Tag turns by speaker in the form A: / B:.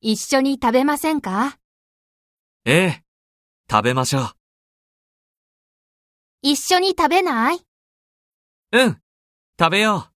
A: 一緒に食べませんか
B: ええ、食べましょう。
A: 一緒に食べない
B: うん、食べよう。